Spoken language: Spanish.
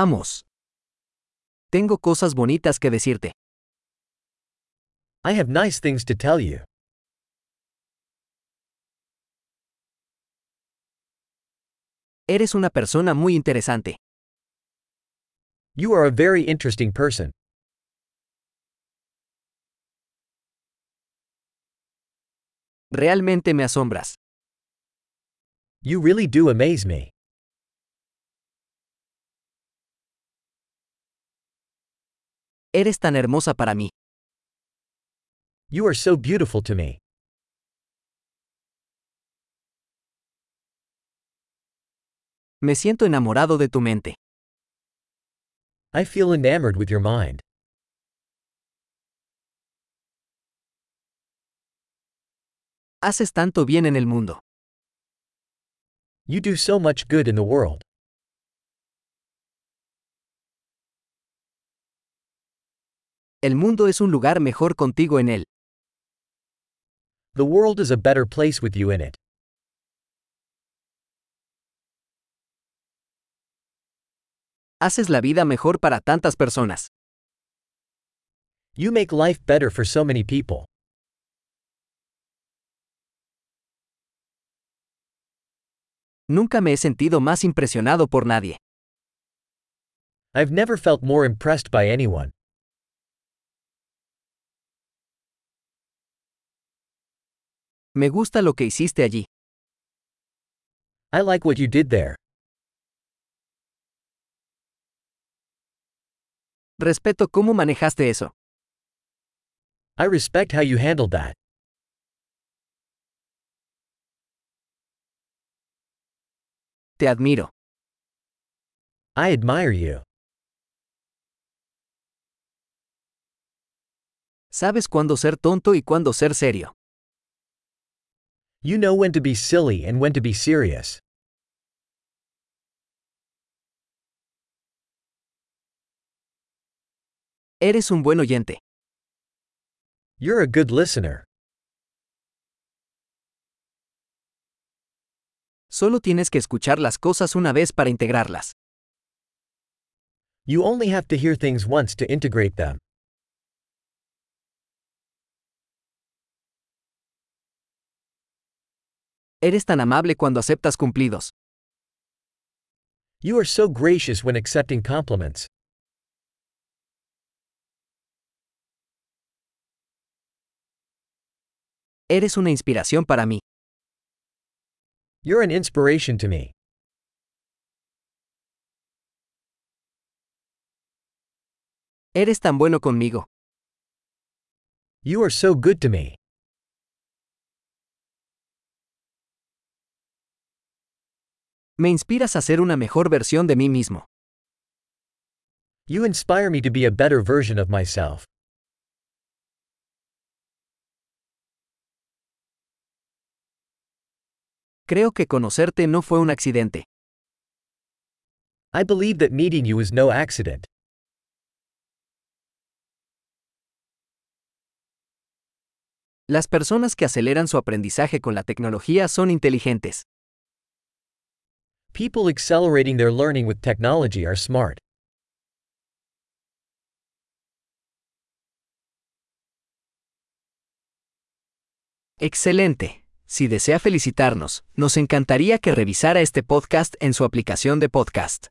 Vamos. Tengo cosas bonitas que decirte. I have nice things to tell you. Eres una persona muy interesante. You are a very interesting person. Realmente me asombras. You really do amaze me. Eres tan hermosa para mí. You are so beautiful to me. Me siento enamorado de tu mente. I feel enamored with your mind. Haces tanto bien en el mundo. You do so much good in the world. El mundo es un lugar mejor contigo en él. The world is a better place with you in it. Haces la vida mejor para tantas personas. You make life better for so many people. Nunca me he sentido más impresionado por nadie. I've never felt more impressed by anyone. Me gusta lo que hiciste allí. I like what you did there. Respeto cómo manejaste eso. I respect how you handled that. Te admiro. I admire you. Sabes cuándo ser tonto y cuándo ser serio. You know when to be silly and when to be serious. Eres un buen oyente. You're a good listener. Solo tienes que escuchar las cosas una vez para integrarlas. You only have to hear things once to integrate them. Eres tan amable cuando aceptas cumplidos. You are so gracious when accepting compliments. Eres una inspiración para mí. You're an inspiration to me. Eres tan bueno conmigo. You are so good to me. Me inspiras a ser una mejor versión de mí mismo. You inspire me to be a better version of myself. Creo que conocerte no fue un accidente. I believe that meeting you is no accident. Las personas que aceleran su aprendizaje con la tecnología son inteligentes. People accelerating their learning with technology are smart. Excelente. Si desea felicitarnos, nos encantaría que revisara este podcast en su aplicación de podcast.